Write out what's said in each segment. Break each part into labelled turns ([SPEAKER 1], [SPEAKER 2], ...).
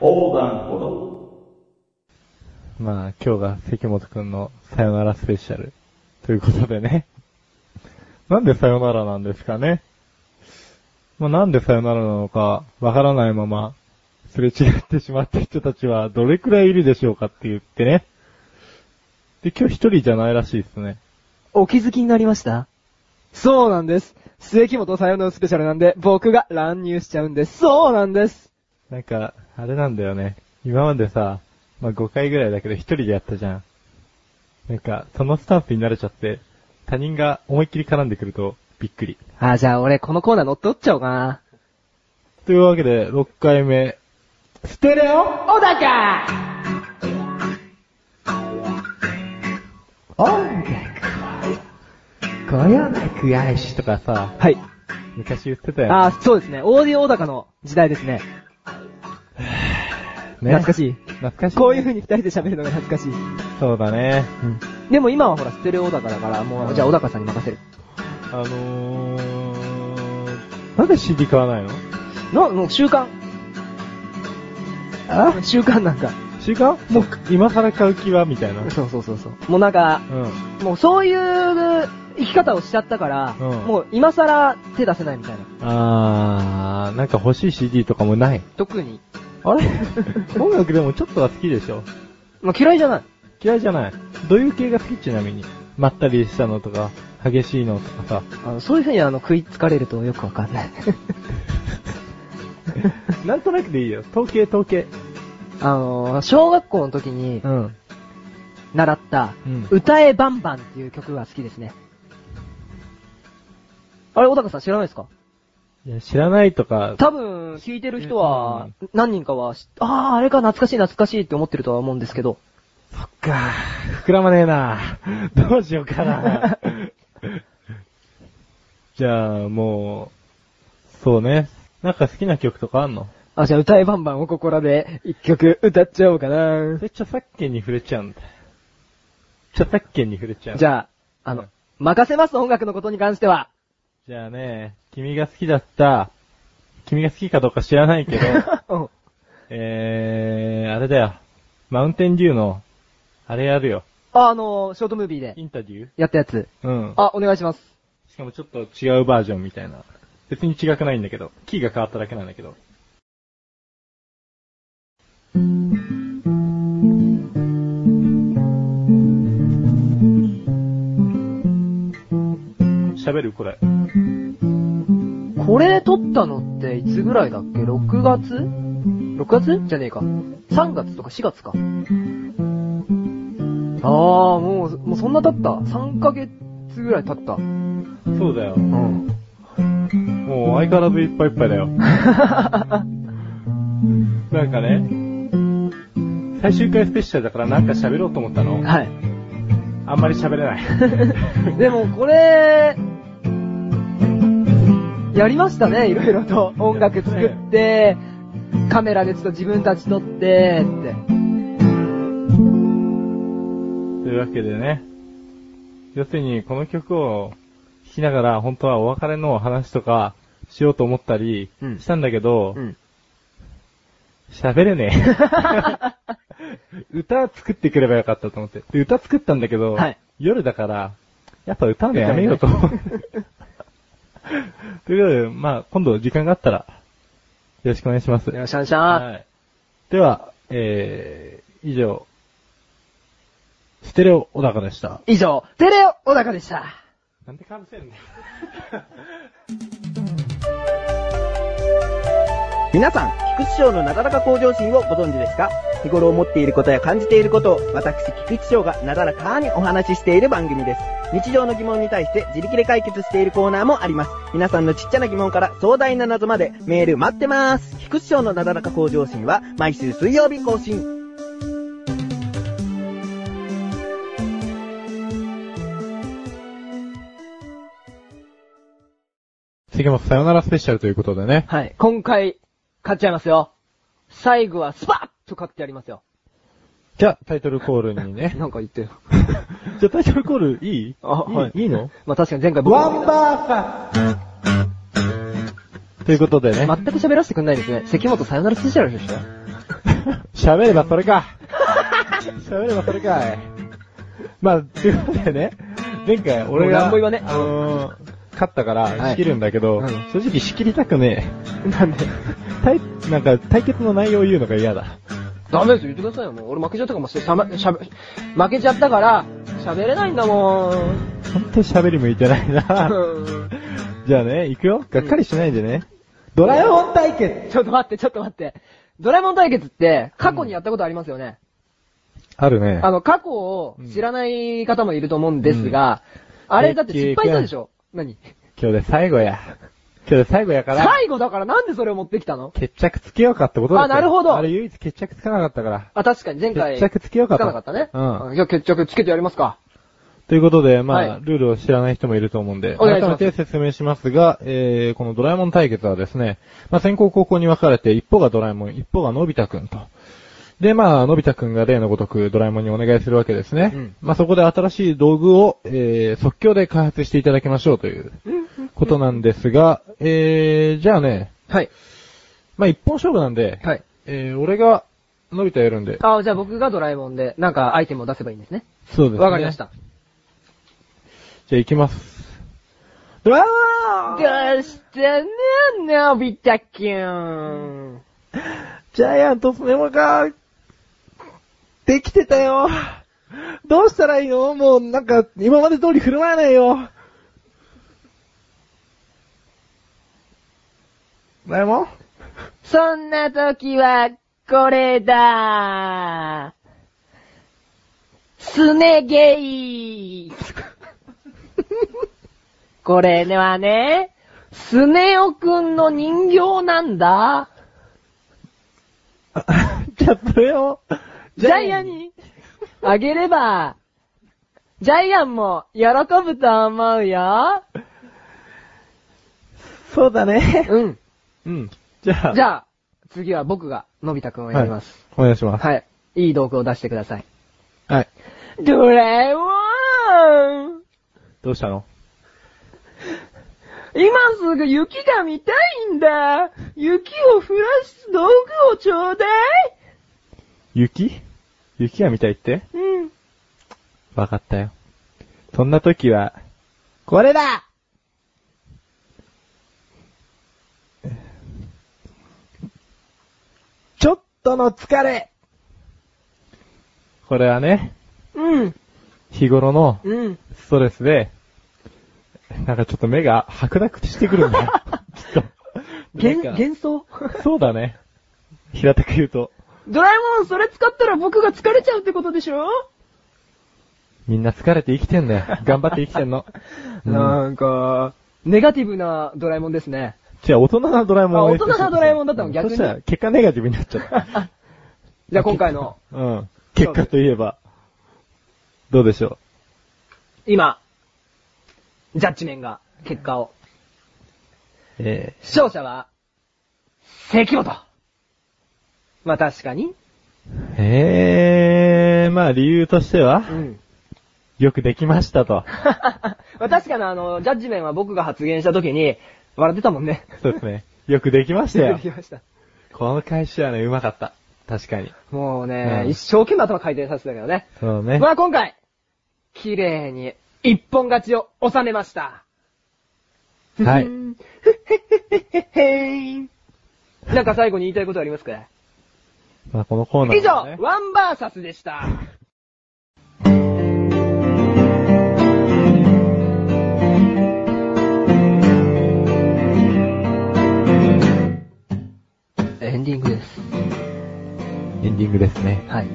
[SPEAKER 1] 横断歩道。
[SPEAKER 2] まあ、今日が関本くんのさよならスペシャル。ということでね。 なんでさよならなんですかね。まあ、なんでさよならなのか、わからないまま、すれ違ってしまった人たちは、どれくらいいるでしょうかって言ってね。で、今日一人じゃないらしいですね。
[SPEAKER 3] お気づきになりましたそうなんです。末木本さよならスペシャルなんで、僕が乱入しちゃうんです。そうなんです。
[SPEAKER 2] なんか、あれなんだよね。今までさ、まあ、5回ぐらいだけど一人でやったじゃん。なんか、そのスタンプに慣れちゃって、他人が思いっきり絡んでくると、びっくり。
[SPEAKER 3] あ、じゃあ俺このコーナー乗っ取っちゃおうかな。
[SPEAKER 2] というわけで、6回目、ステレオ
[SPEAKER 3] 小高音楽は、こよなく愛し。
[SPEAKER 2] とかさ、
[SPEAKER 3] はい。
[SPEAKER 2] 昔言ってたよね。
[SPEAKER 3] あ、そうですね。オーディオ小高の時代ですね。
[SPEAKER 2] ね
[SPEAKER 3] 懐かしい。
[SPEAKER 2] 懐かしい、
[SPEAKER 3] こういう風に二人で喋るのが懐かしい。
[SPEAKER 2] そうだね。
[SPEAKER 3] でも今はほら、ステレオ小高だから、も
[SPEAKER 2] う
[SPEAKER 3] う、
[SPEAKER 2] ん
[SPEAKER 3] じゃあ小高さんに任せる。
[SPEAKER 2] あのー、なんで CD 買わないの
[SPEAKER 3] な、もう習慣。
[SPEAKER 2] あ
[SPEAKER 3] 習慣なんか。
[SPEAKER 2] 違うもう、今更買う気はみたいな。う
[SPEAKER 3] そうそうそうそう。もうなんか、
[SPEAKER 2] ん。
[SPEAKER 3] もうそういう生き方をしちゃったから、
[SPEAKER 2] うん
[SPEAKER 3] もう今更手出せないみたい
[SPEAKER 2] あ
[SPEAKER 3] な。
[SPEAKER 2] ー、なんか欲しい CD とかもない。
[SPEAKER 3] 特に。
[SPEAKER 2] あ れ音楽でもちょっとは好きでしょ
[SPEAKER 3] まあ嫌いじゃない。
[SPEAKER 2] 嫌いじゃない。どういう系が好きちなみに。まったりしたのとか、激しいのとかさ。
[SPEAKER 3] あのそういう風にあの食いつかれるとよくわか んない。
[SPEAKER 2] なんとなくでいいよ。統計統計。
[SPEAKER 3] あの、小学校の時に
[SPEAKER 2] うん。
[SPEAKER 3] 習った、
[SPEAKER 2] うん
[SPEAKER 3] 歌えバンバンっていう曲が好きですね。あれ、小高さん知らないですか
[SPEAKER 2] いや、知らないとか、
[SPEAKER 3] 多分、弾いてる人は、何人かは知っ、ああ、あれか懐かしい懐かしいって思ってるとは思うんですけど、
[SPEAKER 2] そっか膨らまねえなどうしようかな じゃあ、もう、そうね。なんか好きな曲とかあんの
[SPEAKER 3] あ、じゃあ歌えバンバンをここらで一曲歌っちゃおうかな
[SPEAKER 2] それ著作権に触れちゃうんだ。著作権に触れちゃう。
[SPEAKER 3] じ
[SPEAKER 2] ゃ
[SPEAKER 3] ゃあ、あの、
[SPEAKER 2] うん
[SPEAKER 3] 任せます、音楽のことに関しては。
[SPEAKER 2] じゃあね、君が好きだった、君が好きかどうか知らない けど、
[SPEAKER 3] うん
[SPEAKER 2] えー、あれだよ。マウンテンデューの、あれやるよ。
[SPEAKER 3] あ、あの、ショートムービーで
[SPEAKER 2] インタビュー
[SPEAKER 3] やったやつ。
[SPEAKER 2] うん。
[SPEAKER 3] あ、お願いします。
[SPEAKER 2] しかもちょっと違うバージョンみたいな。別に違くないんだけど、キーが変わっただけなんだけど。喋るこれ。
[SPEAKER 3] これ撮ったのっていつぐらいだっけ ?6 月 ?6 月じゃねえか。3月とか4月か。ああ、もう、もうそんな経った。3ヶ月ぐらい経った。う
[SPEAKER 2] そうだよ。
[SPEAKER 3] ん。
[SPEAKER 2] もう相変わらずいっぱいいっぱいだよ。なんかね、最終回スペシャルだからなんか喋ろうと思ったの。
[SPEAKER 3] はい。
[SPEAKER 2] あんまり喋れない。
[SPEAKER 3] でもこれ、やりましたね、いろいろと。音楽作って、カメラでちょっと自分たち撮って、って。
[SPEAKER 2] というわけでね、要するにこの曲を聴きながら本当はお別れの話とかしようと思ったり
[SPEAKER 3] うん
[SPEAKER 2] したんだけど、
[SPEAKER 3] ん。
[SPEAKER 2] 喋、れねえ。歌作ってくればよかったと思って。で歌作ったんだけど、
[SPEAKER 3] はい
[SPEAKER 2] 夜だから、やっぱ歌うのやめようと思う。ということで、まあ今度時間があったら、よろしくお願いします。
[SPEAKER 3] よっしゃんしゃー。
[SPEAKER 2] はい。では、えー、以上、ステレオ小高でした。
[SPEAKER 3] 以上、テレオ小高でした。
[SPEAKER 2] なんで被せんだよ。
[SPEAKER 4] 皆さん、菊池賞のなだらか向上心をご存知ですか日頃思っていることや感じていることを、私、菊池賞がなだらかにお話ししている番組です。日常の疑問に対して自力で解決しているコーナーもあります。皆さんのちっちゃな疑問から壮大な謎までメール待ってます。菊池賞のなだらか向上心は毎週水曜日更新。
[SPEAKER 2] 次もさよならスペシャルということでね。
[SPEAKER 3] はい。今回、勝っちゃいますよ。最後はスパッと勝ってやりますよ。
[SPEAKER 2] じゃあ、タイトルコールにね。
[SPEAKER 3] なんか言ってよ。
[SPEAKER 2] じゃあ、タイトルコールいい
[SPEAKER 3] あはい
[SPEAKER 2] いいの
[SPEAKER 3] まあ確かに前回僕
[SPEAKER 2] ワンバーサーということでね。
[SPEAKER 3] 全く喋らせてくんないですね。関本さよならスペシャルでしたよ。
[SPEAKER 2] 喋ればそれか。喋ればそれかい。まあ、ということでね、前回俺
[SPEAKER 3] もう
[SPEAKER 2] が、
[SPEAKER 3] 何も言わね
[SPEAKER 2] あのー勝ったか
[SPEAKER 3] は
[SPEAKER 2] ら
[SPEAKER 3] い
[SPEAKER 2] 仕切るんだけど、
[SPEAKER 3] うん
[SPEAKER 2] 正直仕切りたくね
[SPEAKER 3] なんで
[SPEAKER 2] え。対、なんか対決の内容を言うのが嫌だ。
[SPEAKER 3] ダメですよ、言ってくださいよ、もう。俺負けちゃったから、もうしゃましゃべ負けちゃったから、喋れないんだもん。
[SPEAKER 2] ほんと喋り向いてないな。 じゃあね、行くよ。がっかりしないでね。ドラえもん対決
[SPEAKER 3] ちょっと待って、ちょっと待って。ドラえもん対決って、過去にやったことありますよね。
[SPEAKER 2] あるね。
[SPEAKER 3] あの、過去を知らない方もいると思うんですが、あれだって失敗したでしょ何
[SPEAKER 2] 今日で最後や。今日で最後やから、
[SPEAKER 3] 最後だからなんでそれを持ってきたの
[SPEAKER 2] 決着つけようかってことですよ
[SPEAKER 3] あなるほど
[SPEAKER 2] あれ唯一決着つかなかったから。
[SPEAKER 3] あ、確かに前回。
[SPEAKER 2] 決着つけようかと
[SPEAKER 3] つかなかったね。。
[SPEAKER 2] うん
[SPEAKER 3] じゃあ決着つけてやりますか。
[SPEAKER 2] ということで、まあ、
[SPEAKER 3] はい
[SPEAKER 2] ルールを知らない人もいると思うんで、
[SPEAKER 3] お願い
[SPEAKER 2] 改
[SPEAKER 3] しま
[SPEAKER 2] め
[SPEAKER 3] す
[SPEAKER 2] て説明しますが、えー、このドラえもん対決はですね、まあ、先行後攻に分かれて、一方がドラえもん、一方がのび太くんと。で、まあ、のび太くんが例のごとくドラえもんにお願いするわけですね。
[SPEAKER 3] うん
[SPEAKER 2] まあ、そこで新しい道具を、えー、即興で開発していただきましょうということなんですが、えー、じゃあね、
[SPEAKER 3] はい。
[SPEAKER 2] まあ、一本勝負なんで、
[SPEAKER 3] はい。
[SPEAKER 2] えー、俺が、のび太やるんで。
[SPEAKER 3] あ、じゃあ僕がドラえもんで、なんかアイテムを出せばいいんですね。
[SPEAKER 2] そうです、ね。
[SPEAKER 3] わ、かりまし。た。
[SPEAKER 2] じゃあ行きます。ドラ
[SPEAKER 3] ど
[SPEAKER 2] ー
[SPEAKER 3] うしてね、のび太くん。
[SPEAKER 2] ジャイアンとスネモが、できてたよ。どうしたらいいのもうなんか、今まで通り振る舞わないよ。ドラえもん
[SPEAKER 1] そんな時は、これだスネゲイこれはね、スネオくんの人形なんだ。
[SPEAKER 2] あじゃあそれを、
[SPEAKER 1] ジャイアンにあげれば、ジャイアンも喜ぶと思うよ。
[SPEAKER 2] そうだね。
[SPEAKER 3] うん。
[SPEAKER 2] うん。じゃあ。
[SPEAKER 3] じゃあ、次は僕が、のび太くんをやります。
[SPEAKER 2] はい。お願いします。
[SPEAKER 3] はい。いい道具を出してください。
[SPEAKER 2] はい。
[SPEAKER 1] ドラえもん
[SPEAKER 2] どうしたの
[SPEAKER 1] 今すぐ雪が見たいんだ雪を降らす道具をちょうだい
[SPEAKER 2] 雪雪が見たいって
[SPEAKER 1] うん。
[SPEAKER 2] わかったよ。そんな時は、これだちょっとの疲れこれはね、
[SPEAKER 1] うん。
[SPEAKER 2] 日頃の
[SPEAKER 1] うん。
[SPEAKER 2] ストレスで、なんかちょっと目が白濁してくるんだ よ。きっと。
[SPEAKER 3] 幻、
[SPEAKER 2] なんか
[SPEAKER 3] 幻想
[SPEAKER 2] そうだね。平たく言うと、
[SPEAKER 1] ドラえもん、それ使ったら僕が疲れちゃうってことでしょ
[SPEAKER 2] みんな疲れて生きてんだよ。頑張って生きてん の。うん。
[SPEAKER 3] なんか、ネガティブなドラえもんですね。
[SPEAKER 2] じゃあ大人なドラえもんを
[SPEAKER 3] あ大人なドラえもんだったの逆に
[SPEAKER 2] そしたら結果ネガティブになっちゃ った。
[SPEAKER 3] じゃあ今回の、
[SPEAKER 2] うん。結果といえば、どうでしょ
[SPEAKER 3] 今、ジャッジメンが、結果を。
[SPEAKER 2] う。え
[SPEAKER 3] 勝者は、関本。まあ確かに。
[SPEAKER 2] ー、えー、まあ理由としては、
[SPEAKER 3] ん。
[SPEAKER 2] よくできましたと。
[SPEAKER 3] まあ確かにあの、ジャッジメンは僕が発言した時に、笑ってたもんね。
[SPEAKER 2] そうですね。よくできました
[SPEAKER 3] 出
[SPEAKER 2] よ
[SPEAKER 3] て。きました。
[SPEAKER 2] この返しはね、うまかった。確かに。
[SPEAKER 3] もうね、
[SPEAKER 2] うん
[SPEAKER 3] 一生懸命頭回転させてたけどね。
[SPEAKER 2] そうね。
[SPEAKER 3] まあ今回、綺麗に、一本勝ちを収めました。
[SPEAKER 2] はい。
[SPEAKER 3] なんか最後に言いたいことありますか
[SPEAKER 2] まあこのコーナー、
[SPEAKER 3] 以上
[SPEAKER 2] ね、、
[SPEAKER 3] ワンバーサスでした。エンディングです。
[SPEAKER 2] エンディングですね。
[SPEAKER 3] はい。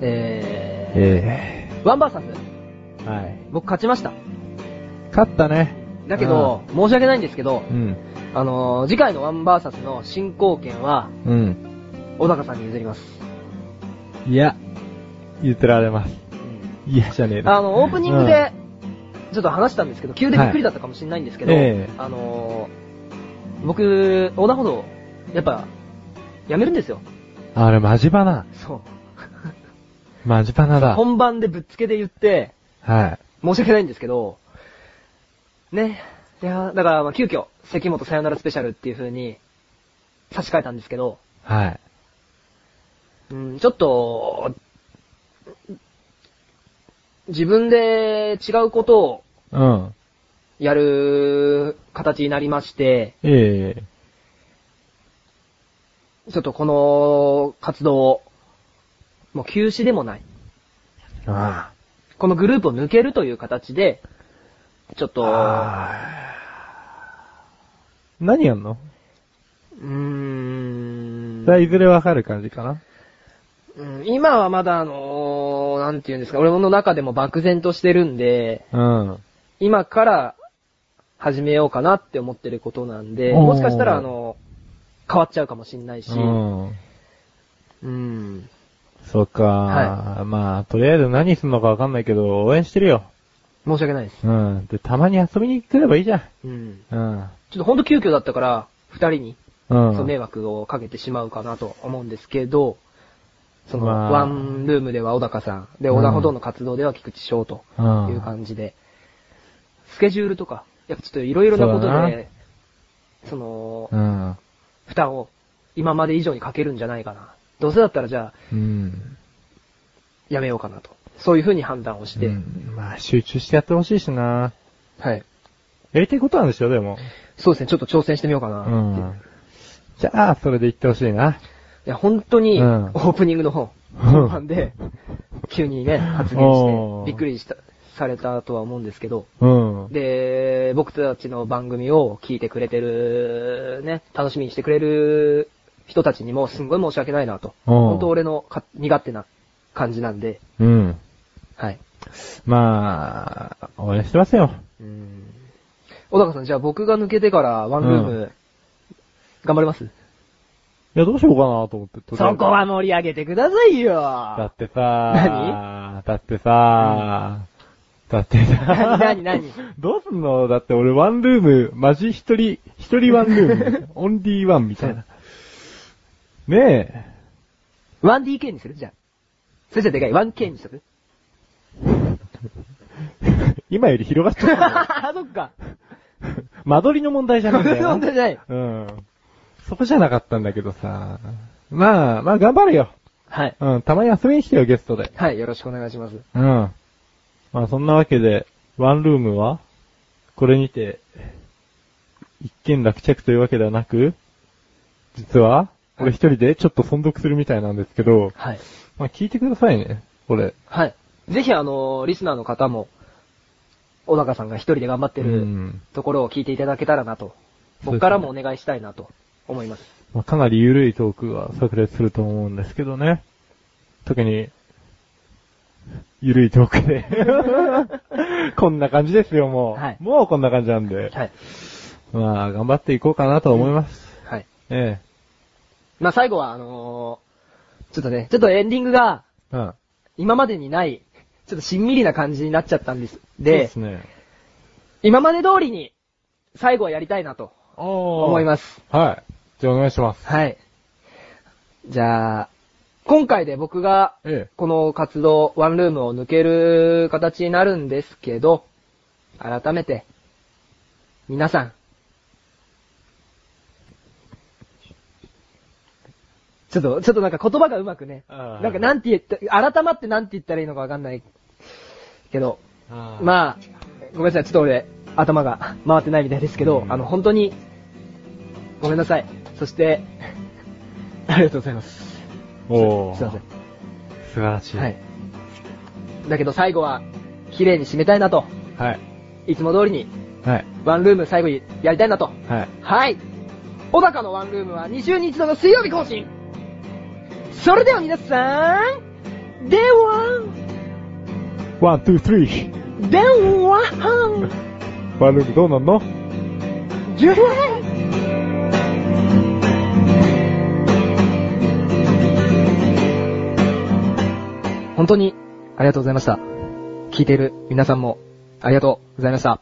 [SPEAKER 3] え
[SPEAKER 2] え
[SPEAKER 3] ー、ワンバーサス、
[SPEAKER 2] ー、はい。
[SPEAKER 3] 僕勝ちました。
[SPEAKER 2] 勝ったね。
[SPEAKER 3] だけど、申し訳ないんですけど、
[SPEAKER 2] うん。
[SPEAKER 3] あのー、次回のワンバーサスの進行権は、
[SPEAKER 2] うん。
[SPEAKER 3] 小高さんに譲ります。
[SPEAKER 2] いや、譲られます。いやじゃねえな
[SPEAKER 3] あの、オープニング
[SPEAKER 2] うん
[SPEAKER 3] で、ちょっと話したんですけど、急でびっくりだったかもしれないんですけど、
[SPEAKER 2] はいええ
[SPEAKER 3] あのー、僕、横断歩道、やっぱ、やめるんですよ。
[SPEAKER 2] あれ、マジバナ。
[SPEAKER 3] そう。
[SPEAKER 2] マジバナだ。
[SPEAKER 3] 本番でぶっつけで言って、
[SPEAKER 2] はい。
[SPEAKER 3] 申し訳ないんですけど、ね。いやーだから、まあ急遽、関本さよならスペシャルっていう風に、差し替えたんですけど、
[SPEAKER 2] はい。
[SPEAKER 3] うん、ちょっと、自分で違うことを
[SPEAKER 2] うん。
[SPEAKER 3] やる形になりまして、
[SPEAKER 2] ええ
[SPEAKER 3] ちょっとこの活動を、もう休止でもない。
[SPEAKER 2] あ
[SPEAKER 3] このグループを抜けるという形で、ちょっと、
[SPEAKER 2] 何やんの
[SPEAKER 3] うーん
[SPEAKER 2] じゃあ、いずれわかる感じかな
[SPEAKER 3] うん今はまだあのーなんて言うんですか、俺の中でも漠然としてるんで、
[SPEAKER 2] うん。
[SPEAKER 3] 今から始めようかなって思ってることなんで、
[SPEAKER 2] おー
[SPEAKER 3] もしかしたらあの、変わっちゃうかもしんないし、
[SPEAKER 2] うん。
[SPEAKER 3] うん。
[SPEAKER 2] そっか、まあ、とりあえず何すんのかわかんないけど、応援してるよ。
[SPEAKER 3] 申し訳ないです。
[SPEAKER 2] うん。で、たまに遊びに来ればいいじゃん。
[SPEAKER 3] うん。
[SPEAKER 2] うん。
[SPEAKER 3] ちょっとほんと急遽だったから、二人に、
[SPEAKER 2] うん。
[SPEAKER 3] そう迷惑をかけてしまうかなと思うんですけど、その、
[SPEAKER 2] まあ
[SPEAKER 3] ワンルームでは小高さん、で、
[SPEAKER 2] うん
[SPEAKER 3] 小田ほどの活動では菊池翔と
[SPEAKER 2] う。
[SPEAKER 3] いうん感じで、スケジュールとか、やっぱちょっといろいろなこと
[SPEAKER 2] そうだな
[SPEAKER 3] で、その
[SPEAKER 2] う、ん。
[SPEAKER 3] 負担を今まで以上にかけるんじゃないかな。どうせだったらじゃあ、
[SPEAKER 2] うん。
[SPEAKER 3] やめようかなと。そういうふうに判断をして、
[SPEAKER 2] うんまあ、集中してやってほしいしな。
[SPEAKER 3] はい。
[SPEAKER 2] やりたいことなんでしょ、でも。
[SPEAKER 3] そうですね、ちょっと挑戦してみようかな
[SPEAKER 2] う
[SPEAKER 3] って。い
[SPEAKER 2] ん。じゃあ、それで行ってほしいな。
[SPEAKER 3] や、本当に、オ
[SPEAKER 2] うん
[SPEAKER 3] ープニングの方、本番で、急にね、発言し
[SPEAKER 2] おー
[SPEAKER 3] て、びっくりした、されたとは思うんですけど、
[SPEAKER 2] うん。
[SPEAKER 3] で、僕たちの番組を聞いてくれてる、ね、楽しみにしてくれる人たちにもすんごい申し訳ないなと。
[SPEAKER 2] うん
[SPEAKER 3] 本当俺のか身勝手な感じなんで、
[SPEAKER 2] うん。
[SPEAKER 3] はい。
[SPEAKER 2] まあ、応援してますよ。
[SPEAKER 3] うん。小高さん、じゃあ僕が抜けてからワンルーム、
[SPEAKER 2] う
[SPEAKER 3] 頑張ります
[SPEAKER 2] いや、どうしようかなと思って。とりあえ
[SPEAKER 1] そ
[SPEAKER 2] ず
[SPEAKER 1] こは盛り上げてください
[SPEAKER 2] だ
[SPEAKER 1] よ。
[SPEAKER 2] ってさだってさ、だってさ、
[SPEAKER 1] なになに
[SPEAKER 2] どうすんのだって俺ワンルーム、マジ一人、一人ワンルーム、オンリーワンみたいな。ね
[SPEAKER 3] 1DK にするじゃあ。それじゃでかい。1K にする
[SPEAKER 2] え、今より広がっちゃったよ。
[SPEAKER 1] あ、そっか。
[SPEAKER 2] 間取りの問題じゃないんだよ
[SPEAKER 1] 本当
[SPEAKER 2] な。
[SPEAKER 1] じゃない。
[SPEAKER 2] うん。そこじゃなかったんだけどさ。まあ、まあ頑張れよ。
[SPEAKER 3] はい。
[SPEAKER 2] うん、たまに遊びに来てよ、ゲストで。
[SPEAKER 3] はい、よろしくお願いします。
[SPEAKER 2] うん。まあそんなわけで、ワンルームは、これにて、一件落着というわけではなく、実は、俺一人でちょっと存続するみたいなんですけど、
[SPEAKER 3] はい。
[SPEAKER 2] まあ聞いてくださいね、これ。
[SPEAKER 3] はい。ぜひあのーリスナーの方も、小高さんが一人で頑張って
[SPEAKER 2] う
[SPEAKER 3] る
[SPEAKER 2] ん。
[SPEAKER 3] ところを聞いていただけたらな
[SPEAKER 2] そうで
[SPEAKER 3] と、
[SPEAKER 2] すね
[SPEAKER 3] 僕からもお願いしたいなと思います。
[SPEAKER 2] まあかなり緩いトークが炸裂すると思うんですけどね。特に、緩いトーク で。こんな感じですよ、もう。
[SPEAKER 3] はい
[SPEAKER 2] もうこんな感じなんで。
[SPEAKER 3] はい。
[SPEAKER 2] まあ、頑張っていこうかなと思います。
[SPEAKER 3] はい。
[SPEAKER 2] え
[SPEAKER 3] まあ、最後はあのーちょっとね、ちょっとエンディングが、
[SPEAKER 2] え。うん。
[SPEAKER 3] 今までにない、ちょっとしんみりな感じになっちゃったんです。
[SPEAKER 2] そうで
[SPEAKER 3] で、
[SPEAKER 2] すね。
[SPEAKER 3] 今まで通りに、最後はやりたいなと思
[SPEAKER 2] 思
[SPEAKER 3] います。
[SPEAKER 2] す。はい。じゃあお願いします。
[SPEAKER 3] はい。じゃあ、今回で僕が、
[SPEAKER 2] え
[SPEAKER 3] この活動、ワンルームを抜ける形になるんですけど、改めて、皆さん、ちょっと、ちょっとなんか言葉がうまくね、
[SPEAKER 2] え。
[SPEAKER 3] な
[SPEAKER 2] なん
[SPEAKER 3] かなんて言った、改まってなんて言ったらいいのかわかんないけど、
[SPEAKER 2] あ、
[SPEAKER 3] まあ、ごめんなさい、ちょっと俺、頭が回ってないみたいですけど、
[SPEAKER 2] うん
[SPEAKER 3] あの、本当に、ごめんなさい。そして、 ありがとうございます。
[SPEAKER 2] おー。
[SPEAKER 3] すいません。
[SPEAKER 2] 素晴らしい。
[SPEAKER 3] はい。。だけど最後は、綺麗に締めたいなと。
[SPEAKER 2] はい。
[SPEAKER 3] いつも通りに、
[SPEAKER 2] はい。
[SPEAKER 3] ワンルーム最後にやりたいなと。
[SPEAKER 2] はい。
[SPEAKER 3] はい。小高のワンルームは2週に1度の水曜日更新それでは皆さん、では、
[SPEAKER 2] ワン、ツー、スリー。
[SPEAKER 3] では、
[SPEAKER 2] ワンルームどうなんの
[SPEAKER 3] ジュレ本当に、ありがとうございました。聞いている皆さんも、ありがとうございました。